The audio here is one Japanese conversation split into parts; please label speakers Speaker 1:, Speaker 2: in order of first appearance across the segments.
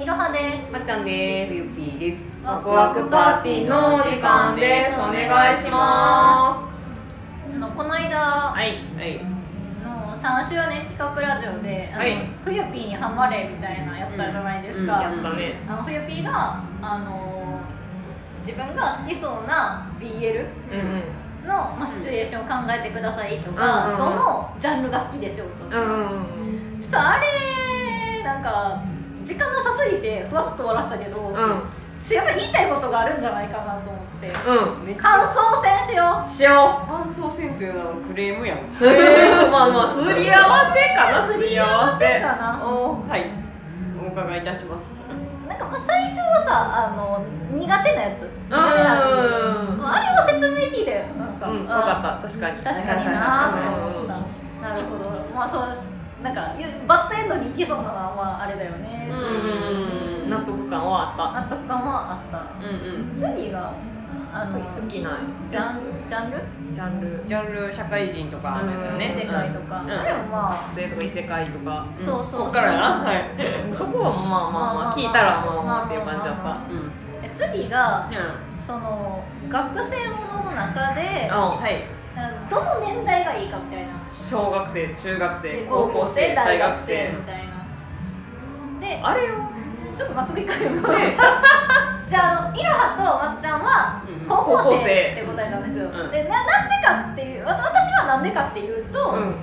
Speaker 1: いろはです。
Speaker 2: まっちゃんで
Speaker 3: ゆ
Speaker 2: す。
Speaker 3: ぴーです。
Speaker 1: ワク
Speaker 2: ワクパーティーのお時間です。お願いしま
Speaker 1: あのこの間、
Speaker 2: す。はい、はい、
Speaker 1: の3周年企画ラジオで、あの
Speaker 2: はい
Speaker 1: 冬ピーにハマれみたいなやったじゃないですか。
Speaker 2: やったね。
Speaker 1: あの冬ピーがあの自分が好きそうな BL
Speaker 2: うん
Speaker 1: の、まあ、シチュエーションを考えてくださいとか、
Speaker 2: うん
Speaker 1: どのジャンルが好きでしょうと
Speaker 2: う
Speaker 1: か、
Speaker 2: ん。うん
Speaker 1: ちょっとあれなんか時間なさすぎてふわっと終わらせたけど、
Speaker 2: うん。うん。
Speaker 1: ちょっとやっぱり言いたいことがあるんじゃないかなと思って。
Speaker 2: う
Speaker 3: めっちゃ
Speaker 1: 感想戦しよう。
Speaker 2: ん。しよ
Speaker 3: 感想せんというのはクレームやん。
Speaker 2: う。えー、 まあまあ、すり合わせかな。すり合わ
Speaker 1: そうか
Speaker 2: せ。
Speaker 1: な。
Speaker 3: おはい。お伺いいたします。
Speaker 1: なんかまあ最初はさあの苦手なやつ。
Speaker 2: う
Speaker 1: ま
Speaker 2: ん。
Speaker 1: ああれは説明聞いたよ。なんか。
Speaker 2: うん、分
Speaker 1: あ
Speaker 2: かった、確かに。
Speaker 1: 確かになと思った。なるほど。まあそうです。なんかゆバッドエンドに行きそうなのはまああれだよね。
Speaker 2: うんうん。納得感はあっ
Speaker 1: 納得感はあ
Speaker 2: た。うんうん。
Speaker 1: った。次があの
Speaker 2: 好きな
Speaker 1: ジャンジャンル？
Speaker 2: ジャンル。
Speaker 3: ジャンル社会人とかあのやつだ
Speaker 2: うん
Speaker 1: 世
Speaker 3: ね。
Speaker 1: 界とか。
Speaker 2: うん
Speaker 1: あれもまあ。
Speaker 2: 性とか異世界とか。
Speaker 3: うん
Speaker 1: そうそうそう
Speaker 3: こっからやな。はい。
Speaker 2: そこはまあまあまあ、聞いたらまあまあっていう感じだった。
Speaker 3: うん。
Speaker 1: え次が
Speaker 2: う
Speaker 1: その学生ものの中で。
Speaker 2: ん。うん。
Speaker 3: はい。
Speaker 1: どの年代がいいかみたいな
Speaker 2: 小学生中学生高校生大学生
Speaker 1: みたいなで
Speaker 2: あれよ
Speaker 1: ちょっと納得いかないので じゃああのいろはとまっちゃんは
Speaker 3: うん
Speaker 1: 高校
Speaker 2: 高校
Speaker 1: 生
Speaker 2: 生
Speaker 1: って答えたんですよ、
Speaker 2: うん
Speaker 1: でななんでかっていうわ私はなんでかっていうと、
Speaker 2: うん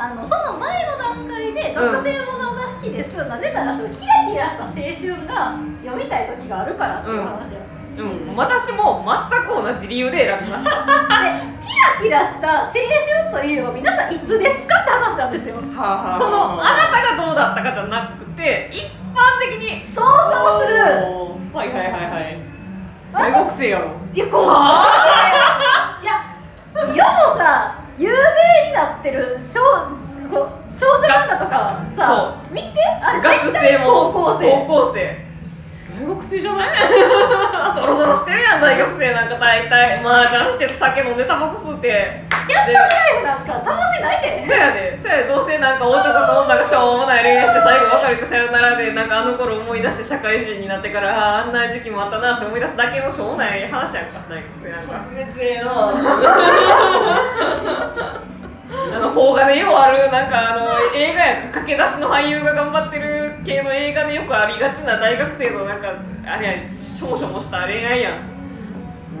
Speaker 1: あのその前の段階で学生ものが好きです、なぜならそのキラキラした青春が読みたい時があるからっていう話よ、
Speaker 2: うん私も全く同じ理由で選びました
Speaker 1: でキラキラした青春というのは皆さんいつですかって話なんですよ
Speaker 3: はあはあ。
Speaker 2: そのあなたがどうだったかじゃなくて一般的に
Speaker 1: 想像する
Speaker 3: おーはいはいはいはい。大
Speaker 1: 私
Speaker 3: 学生やろ。
Speaker 1: いや、こいや、世もさ、有名になってる少こう少女漫画とかさ、見て、あれ
Speaker 2: 学
Speaker 1: 絶対
Speaker 2: 生も
Speaker 1: 高校生。
Speaker 2: 高校生
Speaker 3: 大学生じゃない？
Speaker 2: ドロドロしてるやん大学生なんか大体麻雀して酒飲んでタバコ吸って
Speaker 1: キャンパスライフなんか楽しいないで。
Speaker 2: そやでそやでどうせなんか男と女がしょうもない恋愛して最後別れてさよならでなんかあの頃思い出して社会人になってからあーあんな時期もあったなって思い出すだけのしょうもない話やんか大学生なんか
Speaker 3: 滑舌ええな。
Speaker 2: あの邦画でようあるなんかあの映画や駆け出しの俳優が頑張ってる系の映画でよくありがちな大学生のなんかあれやしょもしょもした恋愛やん
Speaker 3: う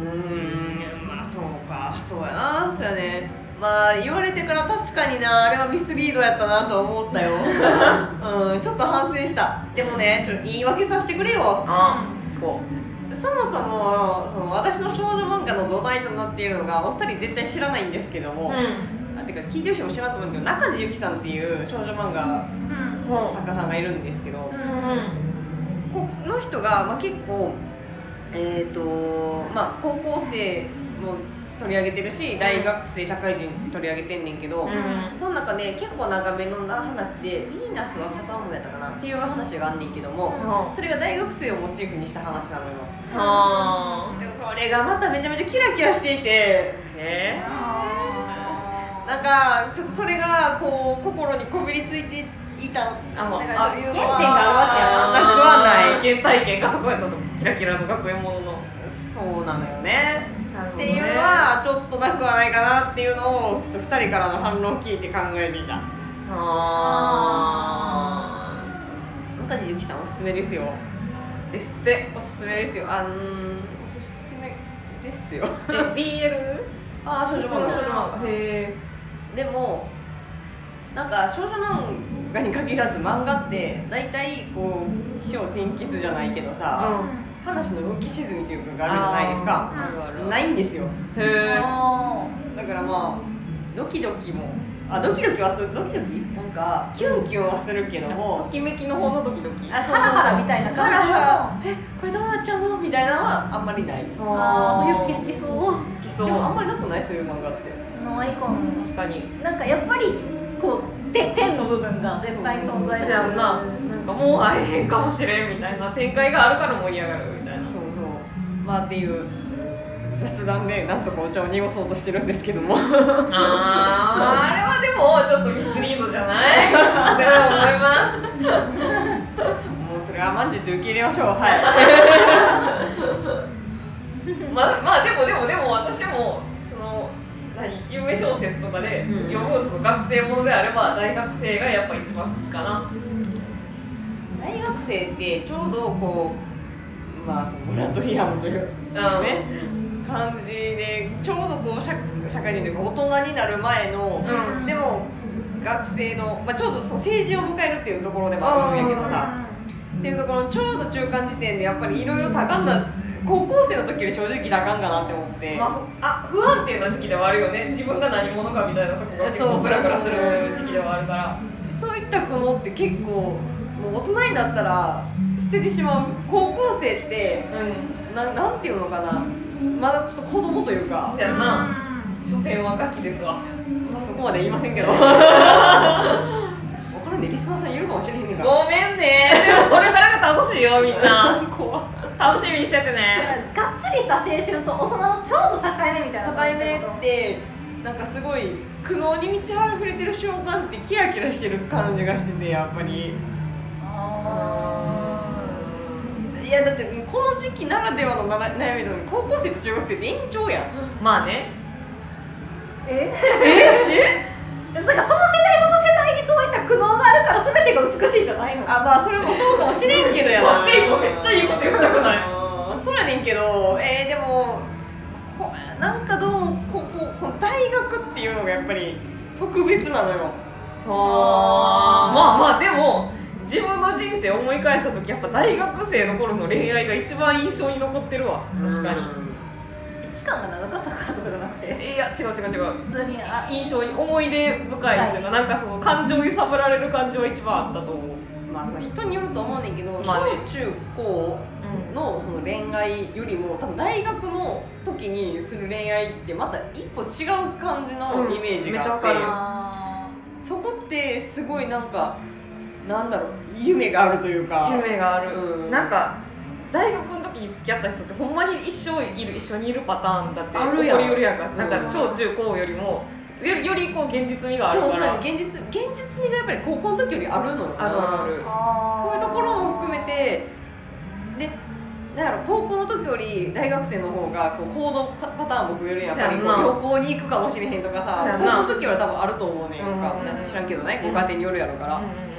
Speaker 3: ーんまあそうかそうやなそうやねまあ言われてから確かになあれはミスリードやったなと 思ったようんちょっと反省したでもねちょっと言い訳させてくれよ
Speaker 2: あこ
Speaker 3: そもそもその私の少女漫画の土台となっているのがお二人絶対知らないんですけど
Speaker 2: う
Speaker 3: も、
Speaker 2: ん
Speaker 3: あてか聞いてる人も知らんと思うんだけど中地由紀さんっていう少女漫画
Speaker 1: うん
Speaker 2: も
Speaker 3: 作家さんがいるんですけど、
Speaker 2: うん
Speaker 3: この人が、まあ、結構、えーとまあ、高校生も取り上げてるし大学生社会人取り上げてんねんけど、
Speaker 2: うん
Speaker 3: その中で結構長めの話で「ヴィーナスは片思いやったかな」っていう話があんねんけども、それが大学生をモチーフにした話なのよ
Speaker 2: あ
Speaker 3: でもそれがまためちゃめちゃキラキラしていて
Speaker 2: ーえ
Speaker 3: なんかちょっとそれがこう心にこびりついていた
Speaker 2: ーあもう
Speaker 3: だから
Speaker 2: あ
Speaker 3: という
Speaker 1: 原点があ
Speaker 3: なくはない
Speaker 2: い原体験がそこやったとキラキラの学園ものの
Speaker 3: そうなのよね
Speaker 2: なる
Speaker 3: っていうのはちょっとなくはないかなっていうのをちょっと2人からの反論を聞いて考えていた
Speaker 2: あ
Speaker 3: 中地由紀さんおすすめですよ
Speaker 2: ーですって
Speaker 3: おすすめですよあんおすすめですよ
Speaker 2: で BL?
Speaker 3: ああ少
Speaker 2: 少女
Speaker 3: 女漫画
Speaker 2: 漫画へ
Speaker 3: でもなんか少女漫画に限らず漫画って大体こう起承転結じゃないけど
Speaker 2: え
Speaker 3: さ、話の浮き沈みというかがあるじゃないですか
Speaker 1: ある
Speaker 3: ないんですよ
Speaker 2: へえ
Speaker 1: も
Speaker 3: だからまあドキドキもあドキドキはするドキドキなんかキュンキュンはするけども
Speaker 2: ときめきの方のドキドキ
Speaker 3: あ
Speaker 1: う
Speaker 3: そう
Speaker 1: ハラハラみたいな
Speaker 3: ハラハ
Speaker 1: 感じの。
Speaker 3: これどうなっちゃうのみたいなのはあんまりないで
Speaker 1: ああ、冬
Speaker 2: き
Speaker 1: っき好きそう。
Speaker 2: 好きそう
Speaker 3: もあんまりなくないそういう漫画って
Speaker 1: のアイコン。
Speaker 2: 確かに
Speaker 1: なんかやっぱりこうて天の部分が絶対存在す
Speaker 2: じゃん
Speaker 1: る。
Speaker 2: ななんかもう会えへんかもしれんみたいな展開があるから盛り上がるみたいな
Speaker 3: そうそうまあっていう雑談でなんとかお茶を濁そうとしてるんですけ ど も
Speaker 2: あーあれ はでもちょっとミスリードじゃないって思います
Speaker 3: もうそれがまんじゅうって受け入れましょうはい
Speaker 2: まあまあでもでもでも私もその何有名小説とかで
Speaker 3: うん
Speaker 2: 読むその学生ものであれば大学生がやっぱ一番好きかな
Speaker 3: 大学生ってちょうどこうまあそのモラトリアムという
Speaker 2: うん
Speaker 3: ね感じでちょうどこう社社会人というか大人になる前の
Speaker 2: う、ん
Speaker 3: でも学生の、まあ、ちょうどその成人を迎えるっていうところでもあるんやけどさっていうところのちょうど中間時点でやっぱりいろいろ多感な高校生の時より正直多感かなって思って、
Speaker 2: まあふあ不安定な時期ではあるよね自分が何者かみたいなとこが結構グラグラする時期ではあるから
Speaker 3: そういった子のって結構もう大人になったら捨ててしまう高校生って
Speaker 2: うん
Speaker 3: ななんていうのかなまだちょっと子供というか
Speaker 2: そやな所詮はガキですわ
Speaker 3: まあそこまで言いませんけどわからんねリスナーさんいるかもしれへんねんから
Speaker 2: ごめんねでもこれからが楽しいよみんな
Speaker 3: 怖っ
Speaker 2: 楽しみにしてて
Speaker 1: だか
Speaker 2: ね
Speaker 1: らがっちりした青春と大人のちょうど境目みたいな
Speaker 3: 境目ってなんかすごい苦悩に満ち溢れてる瞬間ってキラキラしてる感じがしててやっぱりいやだってもうこの時期ならではのなら悩みなのに高校生と中学生って延長やん
Speaker 2: まあね
Speaker 1: え えなんかその世代その世代にそういった苦悩があるから全てが美しいんじゃないの
Speaker 3: あまあそれもそうかもしれんけどやな
Speaker 2: 待って今めっちゃいいこと言ったくない
Speaker 3: うんそうやねんけどえー、でもこなんかどうもこここの大学っていうのがやっぱり特別なのよ
Speaker 2: あーまあまあでも自分の人生思い返した時やっぱ大学生の頃の恋愛が一番印象に残ってるわ確かに
Speaker 1: 期間が長かったからとかじゃなくて
Speaker 2: いや違う違う違う
Speaker 1: 普通にあ
Speaker 2: 印象に思い出深いっていうか、なんかその感情揺さぶられる感じは一番あったと思う、
Speaker 3: まあその人によると思うねんけど、
Speaker 2: まあね
Speaker 3: 小中高のその恋愛よりも多分大学の時にする恋愛ってまた一歩違う感じのイメージ
Speaker 2: うんめ
Speaker 3: があって、
Speaker 2: っちゃわ
Speaker 1: あ
Speaker 3: そこってすごいなんかなんだろう夢があるというか
Speaker 2: 夢がある、
Speaker 3: うん
Speaker 2: なんか大学の時に付き合った人ってほんまに一生いる一緒にいるパターンだって
Speaker 3: あるやん
Speaker 2: 起こりうるやんか、なん
Speaker 3: うん
Speaker 2: か小中高よりもよよりこう現実味がある
Speaker 3: そう
Speaker 2: か
Speaker 3: そう
Speaker 2: ら
Speaker 3: 現実現実味がやっぱり高校の時よりあるのよ
Speaker 2: あるある
Speaker 1: ーあー
Speaker 3: そういうところも含めてでだから高校の時より大学生の方がこう行動パパターンも増えるやんやっぱりこ
Speaker 2: そう
Speaker 3: う
Speaker 2: やんな
Speaker 3: 旅行に行くかもしれへんとか
Speaker 2: そうや
Speaker 3: さ
Speaker 2: ん
Speaker 3: 高
Speaker 2: な
Speaker 3: 校の時より多分あると思うねんか
Speaker 2: うん
Speaker 3: なんか知らんけどねご家庭によるやろから
Speaker 2: うんうん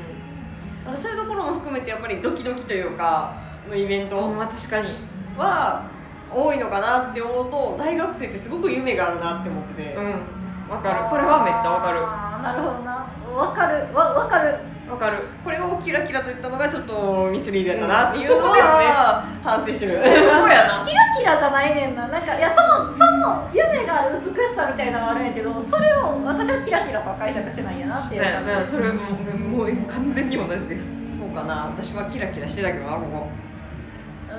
Speaker 3: だからそういうところも含めてやっぱりドキドキというかのイベン
Speaker 2: うんほん
Speaker 3: ト
Speaker 2: ま確かに
Speaker 3: は多いのかなって思うと大学生ってすごく夢があるなって思ってて、
Speaker 2: うんわかるそれはめっちゃわかる
Speaker 1: あーなるほどなわかるわわかる
Speaker 2: わかる
Speaker 3: これをキラキラと言ったのがちょっとミスリードやったなっていうの
Speaker 2: うんそこですね
Speaker 3: は反省してる。
Speaker 2: そうやな
Speaker 1: キラキラじゃないねんななんかいやそのその夢がある美しさみたいなのはあるんやけどそれを私はキラキラとは解釈してないんやなっていう
Speaker 2: だからそれもうもう完全に同じです
Speaker 3: そうかな私はキラキラしてたけどなここ
Speaker 1: う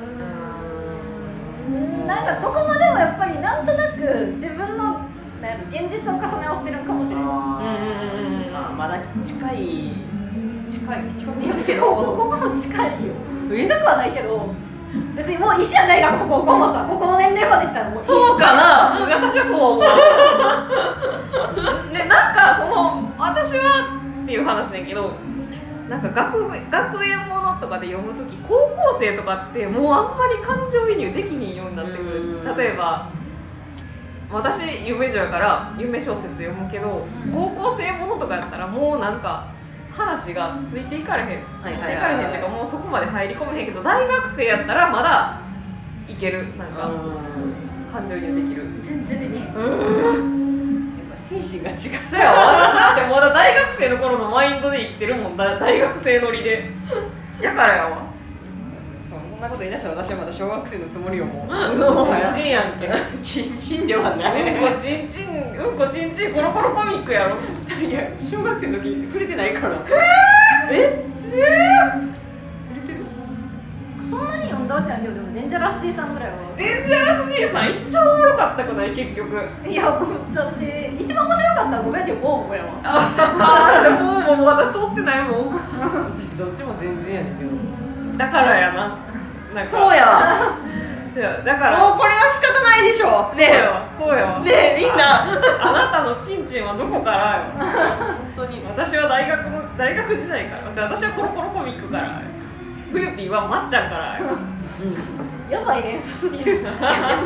Speaker 1: んなんかどこまでもやっぱりなんとなく自分のなんやろ現実を重ね合わせてるんかもしれない
Speaker 2: うんうんうんうん
Speaker 3: まあまだ近い近い近
Speaker 1: いや
Speaker 3: い
Speaker 1: 別に高校も近いよ
Speaker 3: え
Speaker 1: 近くはないけど別にもう一緒や大学も高校もさここの年齢までいったらもう一緒
Speaker 3: そうかな
Speaker 2: 私はそう思うでなんかその私はっていう話だけどなんか学部学園ものとかで読む時高校生とかってもうあんまり感情移入できひんようになってく
Speaker 3: うん
Speaker 2: る例えば私夢女やから夢小説読むけど高校生ものとかやったらもうなんか話がついていかれへん
Speaker 3: は
Speaker 2: ついていかれへんっていうかもうそこまで入り込めへんけど大学生やったらまだいけるなんか感情移入できる
Speaker 1: 全然できへん
Speaker 3: 精神が違う
Speaker 2: そうや私だってまだ大学生の頃のマインドで生きてるもんだ大学生乗りでやからやわ
Speaker 3: そうそんなこと言い出したら私はまだ小学生のつもりよ もう
Speaker 2: うんこちんやんけう
Speaker 3: ちんちんではない
Speaker 2: んこちんちんうんこちんちんコロコロコミックやろ
Speaker 3: いや小学生の時触れてないから
Speaker 1: そんなに読んだわけじゃんけどでもデンジャラシティさんぐらいは
Speaker 2: デンジャラス爺さんいっちゃおもろかったくない結局
Speaker 1: いやもう私一番面白かったのはごめんってボーボやわ
Speaker 2: ああでももうもう私通ってないもん
Speaker 3: 私どっちも全然やねんけど
Speaker 2: だからやななんか
Speaker 3: そうや
Speaker 2: いやだから
Speaker 3: もうこれは仕方ないでしょ
Speaker 2: そうやわそうやわ
Speaker 3: ねえみんな
Speaker 2: あなたのちんちんはどこからよ
Speaker 3: 本当に
Speaker 2: 私は大学の大学時代からじゃあ私はコロコロコミックからゆぴーはまっちゃんからや
Speaker 1: やばい連鎖すぎる
Speaker 3: で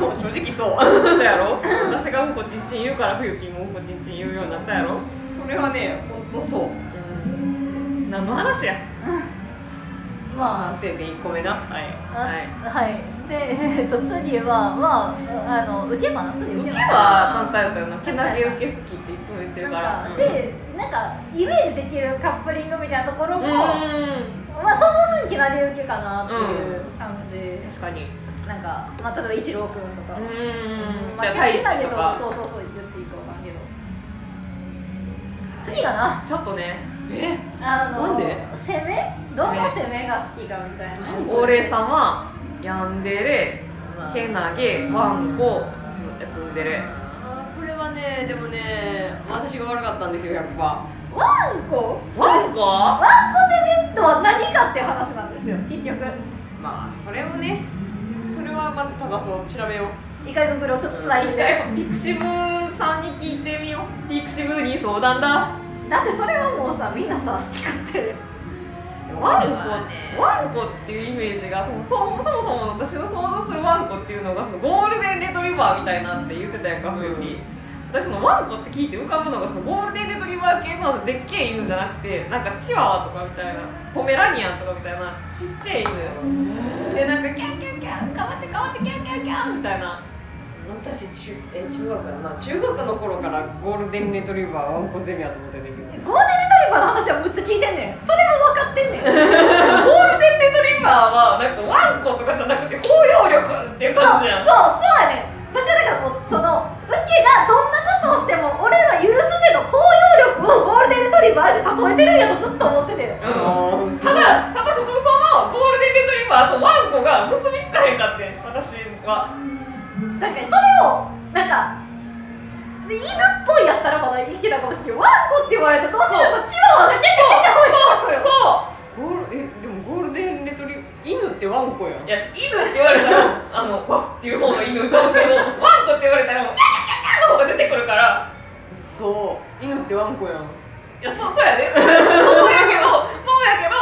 Speaker 3: も正直そう
Speaker 2: そうやろ私がうんこちんちん言うからふゆぴーもうんこちんちん言うようになったやろ
Speaker 3: それはね本当そう
Speaker 2: うん何の話や
Speaker 1: まあ
Speaker 2: 反省点1個目なはい
Speaker 1: あ
Speaker 2: は
Speaker 1: は
Speaker 2: い
Speaker 1: いで、えっと、次はまああの受け花次
Speaker 2: 受
Speaker 1: 受
Speaker 2: け
Speaker 1: け
Speaker 2: は簡単やったよなけなげ受け好きっていつも言ってるか
Speaker 1: な
Speaker 2: ら
Speaker 1: んかしなんかイメージできるカップリングみたいなところ
Speaker 2: うん
Speaker 1: も、
Speaker 2: うん
Speaker 1: まあその瞬けなり受けかなっていう感じ、
Speaker 2: 確かに
Speaker 1: なんかまあ例えば一郎君とか、
Speaker 2: うん
Speaker 1: ま
Speaker 2: じゃ
Speaker 1: あ
Speaker 2: あ太
Speaker 1: けな
Speaker 2: 一
Speaker 1: げ
Speaker 2: と
Speaker 1: と
Speaker 2: か
Speaker 1: そうそうそう言っていいかわからんけど次かな
Speaker 2: ちょっとねえ
Speaker 1: あの
Speaker 2: なんで
Speaker 1: 攻めどの攻めが好きかみたいな
Speaker 3: 攻め
Speaker 2: 俺様ヤンデレけなげわんこつつんでれ
Speaker 3: あーこれはねでもね私が悪かったんですよ100%ワ
Speaker 1: ワンコ
Speaker 3: ンコ
Speaker 1: ワンコ攻めとは何かっていう話なんですよ結局
Speaker 3: まあそれをねそれはまず正そう調べよう
Speaker 1: 一回ググルをちょっとつない
Speaker 2: 一回
Speaker 1: で
Speaker 2: やっぱピクシブさんに聞いてみようピクシブに相談だ
Speaker 1: だってそれはもうさみんなさ好き勝手
Speaker 2: ワンコ
Speaker 3: まあね
Speaker 2: ワンコっていうイメージがそもそもそもそも私の想像するワンコっていうのがそのゴールデンレトリバーみたいなって言ってたやんかふうに、私のワンコって聞いて浮かぶのがそのゴールデンレトリバー系のでっけえ犬じゃなくてなんかチワワとかみたいなポメラニアンとかみたいなちっちゃい犬でなんかキャンキャンキャンかわってかわってキャンキャンキャンみたいな
Speaker 3: 私中え中学やな中学の頃からゴールデンレトリバーワンコゼミやと思ってんだけ
Speaker 1: ゴ
Speaker 3: ど
Speaker 1: ールデンレトリバーの話はむっちゃ聞いてんねんそれも分かってんねん
Speaker 2: ゴールデンレトリバーはなんかワンコとかじゃなくて包容力っていう
Speaker 1: そう
Speaker 2: 感じやん
Speaker 1: そうそうやねん私はだからもうそのウッケがどんなことをしても俺は許すぜの包容力をゴールデンレトリバーで例えてるんやとずっと思ってて
Speaker 2: うん
Speaker 3: あ
Speaker 2: ただただそのそのゴールデンレトリバーとワンコが結びつかへんかってん私は
Speaker 1: 確かにそれをなんかで犬っぽいやったらまだいけたかもしれんけどワンコって言われたらどうしてもチワワが出てきてほしいのよ
Speaker 2: そ
Speaker 3: ゴールえでもゴールデンレトリ犬ってワンコや
Speaker 2: う
Speaker 3: ん
Speaker 2: いや犬って言われたらあのワッっていう方が犬歌うけどワンコって言われたらもうキャキャキャキャの方が出てくるから
Speaker 3: そう犬ってワンコやん
Speaker 2: いやそそうや ねそうそうやけどそうやけど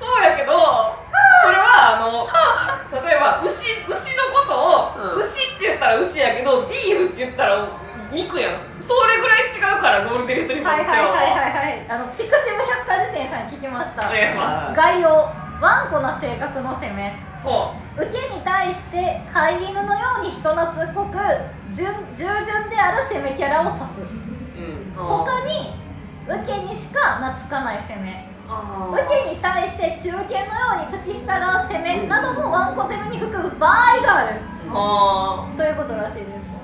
Speaker 2: そうやけどそれはあの例えば牛牛のことを、
Speaker 3: うん
Speaker 2: 牛って言ったら牛やけどビーフって言ったら肉やんそれぐらい違うからゴールデンレトリバ
Speaker 1: は
Speaker 2: ー
Speaker 1: い
Speaker 2: と
Speaker 1: はい
Speaker 2: 違う
Speaker 1: はいはいはいあのピクシブ百科事典さんに聞きました
Speaker 2: お願いします
Speaker 1: 概要ワンコな性格の攻め
Speaker 2: ほう
Speaker 1: 受けに対して飼い犬のように人懐っこく純従順である攻めキャラを指す
Speaker 3: うん
Speaker 1: 他に受けにしか懐かない攻め
Speaker 3: あ
Speaker 1: 受けに対して中堅のように突き従う攻めなどもワンコ攻めに含む場合がある
Speaker 2: あ
Speaker 1: ということらしいです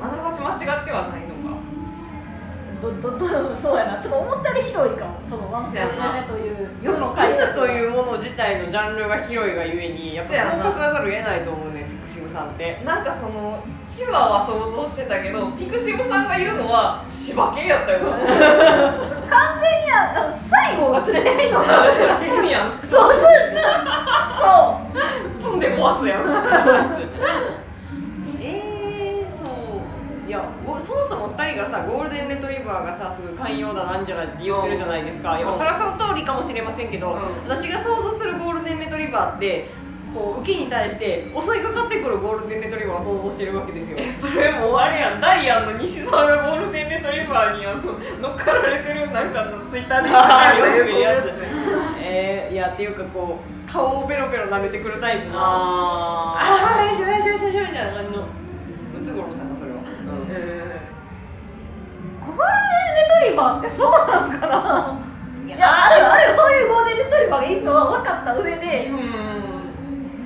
Speaker 2: あながち間違ってはないのか
Speaker 1: どどどそうやなちょっと思ったより広いかもそのワンコ攻めという世の解釈
Speaker 3: 犬というもの自体のジャンルが広いがゆえにやっぱそう書かざるを得ないと思うねピクシブさんって
Speaker 2: なんかそのチワは想像してたけどピクシブさんが言うのは柴犬やったよな
Speaker 1: 完全にあの西郷が連れてるのが
Speaker 2: ツンやん
Speaker 1: そうずっそう
Speaker 2: ツンで壊すやん
Speaker 3: えー、そういやごそもそも2人がさゴールデンレトリバーがさすぐ寛容だなんじゃらって言ってるじゃないですか、いやまあそれはその通りかもしれませんけど、
Speaker 2: うん
Speaker 3: 私が想像するゴールデンレトリバーってこう受けに対して襲いかかってくるゴールデンレトリバーを想像してるわけですよ
Speaker 2: えそれもうあれやんダイアンの西澤がゴールデンレトリバーにあの乗っかられてるなんかのツイッターで
Speaker 3: よく見るやつえー、いやっていうかこう顔をベロベロ舐めてくるタイプのあ
Speaker 2: あ
Speaker 3: あよいしょよいしょよいしょよいしょみたいな感じのムツゴロウさんがそれは、
Speaker 2: ー
Speaker 1: ゴールデンレトリバーってそうなんかないやあるよあるよそういうゴールデンレトリバーがいるのは分かった上で
Speaker 2: うん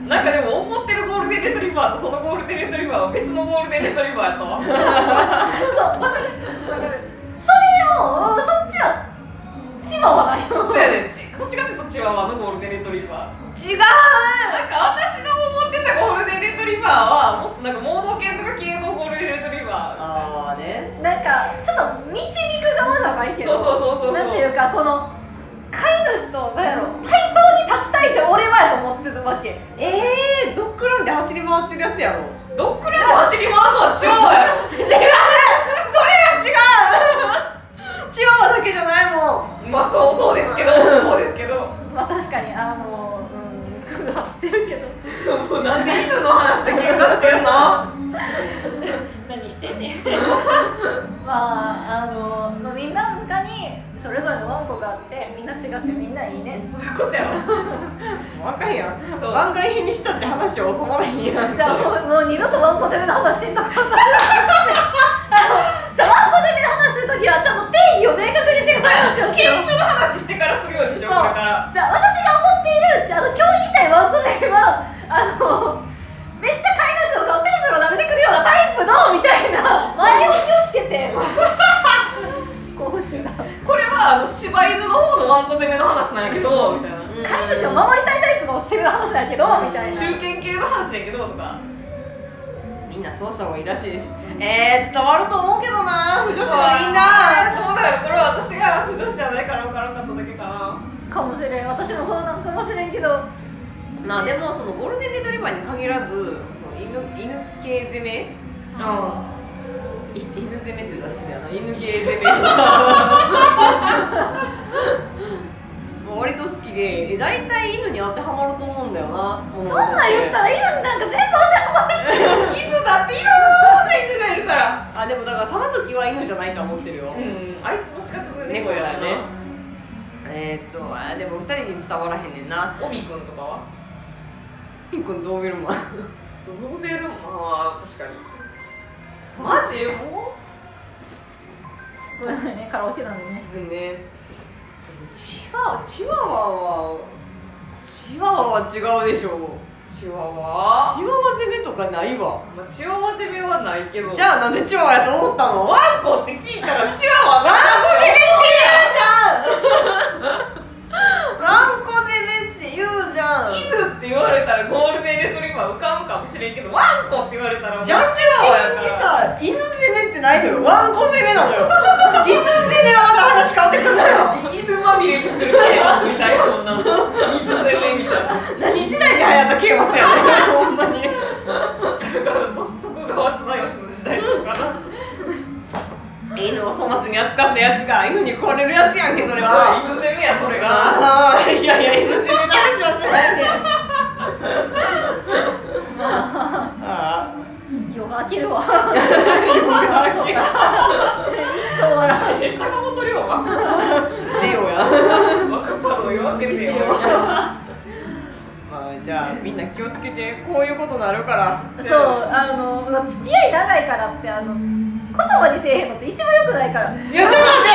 Speaker 2: なんかでも思ってるゴールデンレトリバーとそのゴールデンレトリバーは別のゴールデンレトリバーやったわ
Speaker 1: そう分かる分かるそれをうんそっちは千葉はない
Speaker 2: そ
Speaker 1: の
Speaker 2: うやねちどっちかっていうとチワワのゴールデンレトリバー
Speaker 1: 違う
Speaker 2: なんか私の思ってたゴールデンレトリバーはもっとなんか盲導犬とか系のゴールデンレトリバー
Speaker 3: ああね
Speaker 1: なんかちょっと導く側じゃないけど
Speaker 2: そうそうそうそうそう
Speaker 1: なんていうかこの飼い主となんやろ対等に立ちたいじゃん俺はやと思ってるわけ
Speaker 3: えー、ドッグランで走り回ってるやつやろ
Speaker 2: ドッグランで走り回るのはチワワやろ
Speaker 3: 違うチワワだけじゃないもん
Speaker 2: まあそうそうですけどそうですけど
Speaker 1: うまあ確かにあのうん走ってるけど
Speaker 2: もうなんで犬の話で喧嘩してんの
Speaker 1: 何してんねん まああの、まあ、みんなの中にそれぞれのワンコがあってみんな違ってみんないいね
Speaker 2: そういうことやろ
Speaker 3: 若いやん
Speaker 2: そう
Speaker 3: 番外編にしたって話は収まらへんやん
Speaker 1: じゃあもうもう二度とワンコ攻めの話しんとこうあのじゃあワンコ攻めの話するときはちゃんと定義を明確にしてください よ
Speaker 2: 犬種の話してからするようにしようこれから
Speaker 1: じゃあ私が思っているあの今日言いたいワンコ攻めはあのめっちゃ飼い主の顔ペロペロ舐めてくるようなタイプのみたいな前を気をつけ てこうしな
Speaker 2: これはあの柴犬の方のワンコ攻めの話なんやけどみたいな
Speaker 1: 飼い主を守りたいタイプのチームの話だけどみたいな
Speaker 2: 中堅系の話だけどとか
Speaker 3: みんなそうした方がいいらしいですえー、伝わると思うけどな不女子のみんな
Speaker 2: どうだろうこれは私が不女子じゃないから分からんかっただけかな
Speaker 1: かもしれん私もそうなのかもしれんけど
Speaker 3: まあでもそのゴールデンレトリバーに限らずその犬犬系攻めい犬攻めっていうのは好きだな犬系攻め もう割と好きでえ大体犬に当てはまると思うんだよな
Speaker 1: そんなん言ったら犬なんか全部
Speaker 2: 犬だっていろんな犬がいるから
Speaker 3: あでもだからさばときは犬じゃないとは思ってるよ、
Speaker 2: んあいつどっちかっていうと
Speaker 3: 猫
Speaker 2: 猫
Speaker 3: や
Speaker 2: や
Speaker 3: ね
Speaker 2: ね
Speaker 3: えー、っとあでも二人に伝わらへんねんな
Speaker 2: オビ君とかは
Speaker 3: ピン君どう見るも
Speaker 2: ド
Speaker 3: ん
Speaker 2: ーベルマンは確かに マジも
Speaker 1: ごめんなさいねカラオケなんでね
Speaker 3: ねチワチワワはチワワは違うでしょ
Speaker 2: うチワワ
Speaker 3: チワワ攻めとかないわ
Speaker 2: まあチワワ攻めはないけど
Speaker 3: じゃあなんでチワワやと思ったの
Speaker 2: ワンコって聞いたらチワワだ
Speaker 3: ワンコ攻めって言うじゃん
Speaker 2: 犬って言われたらゴールデンレトリバー浮かぶかもしれんけどワンコって言われたらもうチワワ
Speaker 3: 的
Speaker 2: や
Speaker 3: に
Speaker 2: から
Speaker 3: さ犬攻めってないのよワンコ攻めなのよ犬攻めはまた話変わってくんだよ
Speaker 2: 犬まみれにするテーマみたいなもんな水攻めみたいな
Speaker 3: 何時代に流行った啓発やねほんまに
Speaker 2: だからどすとこが綱吉の時代とかな
Speaker 3: 犬を粗末に扱ったやつが犬に食われるやつやんけそれは
Speaker 2: 犬攻めやそれが
Speaker 3: ああいやいや犬攻めの話はしてないねああ
Speaker 1: 夜が明けるわ一生笑
Speaker 2: え坂本龍馬
Speaker 3: ゼオや
Speaker 2: 若葉の夜明けでよ
Speaker 3: まあじゃあみんな気をつけてこういうことなるから
Speaker 1: うそうあのまあ付き合い長いからってあの言葉にせえへんのって一番良くないから違う違う
Speaker 3: いやちょっと待って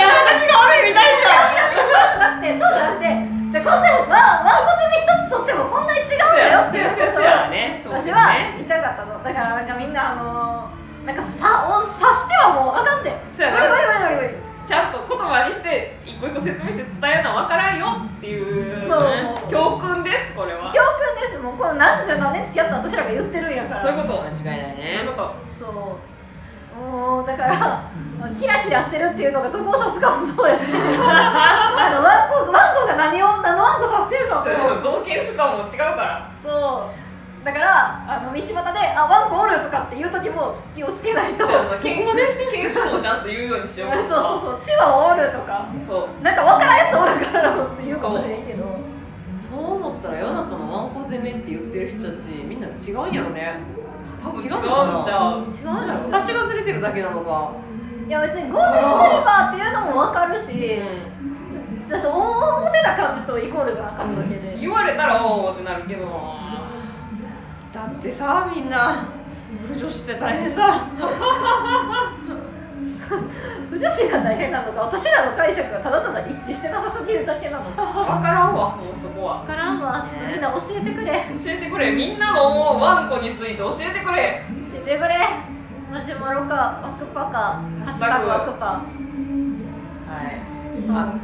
Speaker 3: 私が悪いみたいじゃん
Speaker 1: そうじゃなくてそうじゃなくてじゃあこんなワンワンコ攻め一つとってもこんなに違うんだよっていうことを
Speaker 3: ねそう
Speaker 1: 私
Speaker 3: ね
Speaker 1: は言いたかったのだからなんかみんなあのー、なんかさを察してはもうあかんで
Speaker 2: そうや
Speaker 1: 無
Speaker 2: な
Speaker 1: 理無理無理無理無理
Speaker 2: ちゃんと言葉にして一個一個説明して伝えるのは分からんよっていう
Speaker 1: そう
Speaker 2: 教訓ですこれは
Speaker 1: 教訓ですもうこの何十何年付き合った私らが言ってるんやから
Speaker 2: そういうこと
Speaker 3: 間違いな
Speaker 2: そ
Speaker 3: い
Speaker 2: ういう
Speaker 3: ね
Speaker 2: こと
Speaker 1: そうもうだからキラキラしてるっていうのがどこを指すかもそうやしあのワンコワンコが何を何のワンコ指してるかも
Speaker 2: それでも同犬種かも違うから
Speaker 1: そうだからあの道端で「あワンコおる」とかって言う時も気をつけないと
Speaker 2: そうやな犬犬種もちゃんと言うようにしよう
Speaker 1: そうそうそう「チワおる」とか
Speaker 2: そう
Speaker 1: なんか分からんやつおるからって言うかもしれんけど
Speaker 3: そう思ったら世の中のワンコ攻めって言ってる人たちみんな違うんやろね
Speaker 2: 多分違うんち
Speaker 3: 違うのか
Speaker 2: ゃ
Speaker 3: な
Speaker 2: う
Speaker 1: 違うんだろう
Speaker 3: 私がずれてるだけなのか
Speaker 1: いや別にゴールデンレトリバーっていうのも分かるし私表な感じとイコールじゃなかっただけで
Speaker 2: 言われたらおおってなるけど
Speaker 3: だってさみんな不女子って大変だ
Speaker 1: 不女子が大変なのか私らの解釈がただただ一致してなさすぎるだけなのか
Speaker 2: 分からんわもうそこは
Speaker 1: 分からんわちょっとみんな教えてくれ
Speaker 2: 教えてくれみんなの思うワンコについて教えてくれ
Speaker 1: 教えてくれマシュマロかワクパかハッシュタグワクパ
Speaker 3: はい、まあ、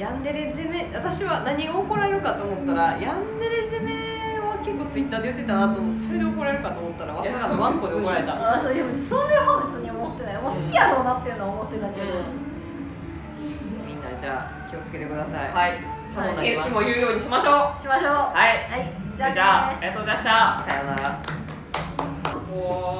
Speaker 3: ヤンデレ攻め私は何を怒られるかと思ったらヤンデレ攻めは結構ツイッターで言ってたなと思ってそれで怒られるかと思ったらまさかのワンコで怒られた
Speaker 1: あそうでもそういう方別に思ってないもう好きやろうなっていうのは思ってたけど、
Speaker 3: みんなじゃあ気をつけてください、
Speaker 2: はいちゃんと犬種も言うようにしましょう
Speaker 1: しましょう
Speaker 2: はい
Speaker 1: はい
Speaker 2: じ
Speaker 1: じゃあね
Speaker 2: ゃあありがとうございました
Speaker 3: さようなら
Speaker 2: もう